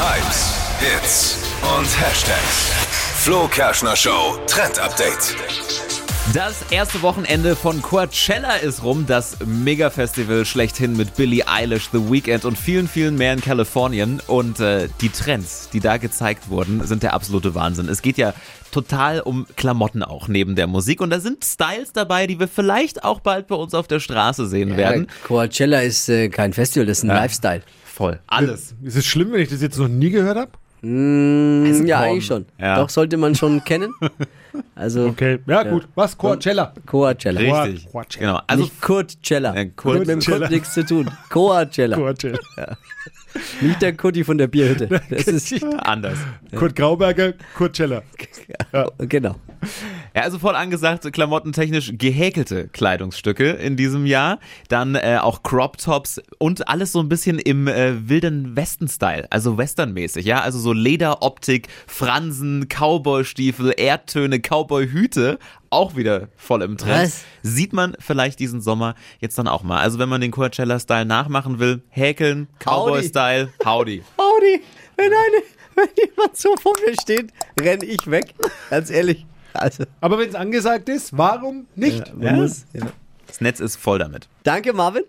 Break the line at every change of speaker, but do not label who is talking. Hypes, Hits und Hashtags. Flo Kerschner Show Trend Update.
Das erste Wochenende von Coachella ist rum, das Mega-Festival schlechthin mit Billie Eilish, The Weeknd und vielen, vielen mehr in Kalifornien. Und äh, die Trends, die da gezeigt wurden, sind der absolute Wahnsinn. Es geht ja total um Klamotten auch neben der Musik. Und da sind Styles dabei, die wir vielleicht auch bald bei uns auf der Straße sehen werden.
Coachella ist äh, kein Festival, das ist ein Lifestyle.
Voll. Alles.
Ist es schlimm, wenn ich das jetzt noch nie gehört habe?
Mm, ja, eigentlich schon.
Ja.
Doch sollte man schon kennen. Also
Okay, ja, gut. Was? Coachella.
Coachella.
Coa-
Richtig.
Coachella.
Genau. Also
nicht Coachella.
Äh,
Hat mit dem
Coachella.
Kurt nichts zu tun. Coachella.
Coachella.
Nicht der Kutti von der Bierhütte. Das ist,
anders.
Kurt Grauberger, Coachella.
genau.
Ja, also voll angesagt, klamottentechnisch gehäkelte Kleidungsstücke in diesem Jahr. Dann äh, auch Crop-Tops und alles so ein bisschen im äh, wilden Westen-Style, also Western-mäßig, ja. Also so Lederoptik, Fransen, Cowboy-Stiefel, Erdtöne, Cowboy-Hüte. Auch wieder voll im Trend.
Was?
Sieht man vielleicht diesen Sommer jetzt dann auch mal. Also wenn man den Coachella-Style nachmachen will, häkeln, Cowboy-Style, howdy.
Audi, wenn, eine, wenn jemand so vor mir steht, renne ich weg. Ganz ehrlich. Also,
Aber wenn es angesagt ist, warum nicht?
man muss. Ja.
Das Netz ist voll damit.
Danke, Marvin.